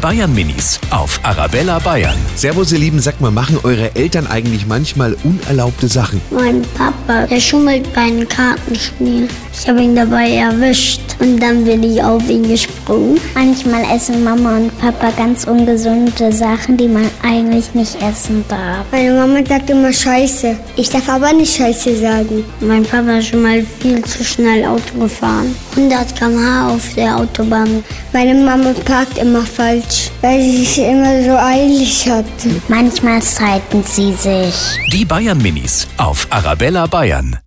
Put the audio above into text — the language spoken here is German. Bayern Minis auf Arabella Bayern. Servus, ihr Lieben, sagt mal, machen eure Eltern eigentlich manchmal unerlaubte Sachen? Mein Papa, der schummelt bei einem Kartenspiel. Ich habe ihn dabei erwischt und dann bin ich auf ihn gesprungen. Manchmal essen Mama und Papa ganz ungesunde Sachen, die man eigentlich nicht essen darf. Meine Mama sagt immer Scheiße. Ich darf aber nicht Scheiße sagen. Mein Papa ist schon mal viel zu schnell Auto gefahren. 100 km/h auf der Autobahn. Meine Mama parkt immer falsch, weil sie sich immer so eilig hat. Manchmal streiten sie sich. Die Bayern Minis auf Arabella Bayern.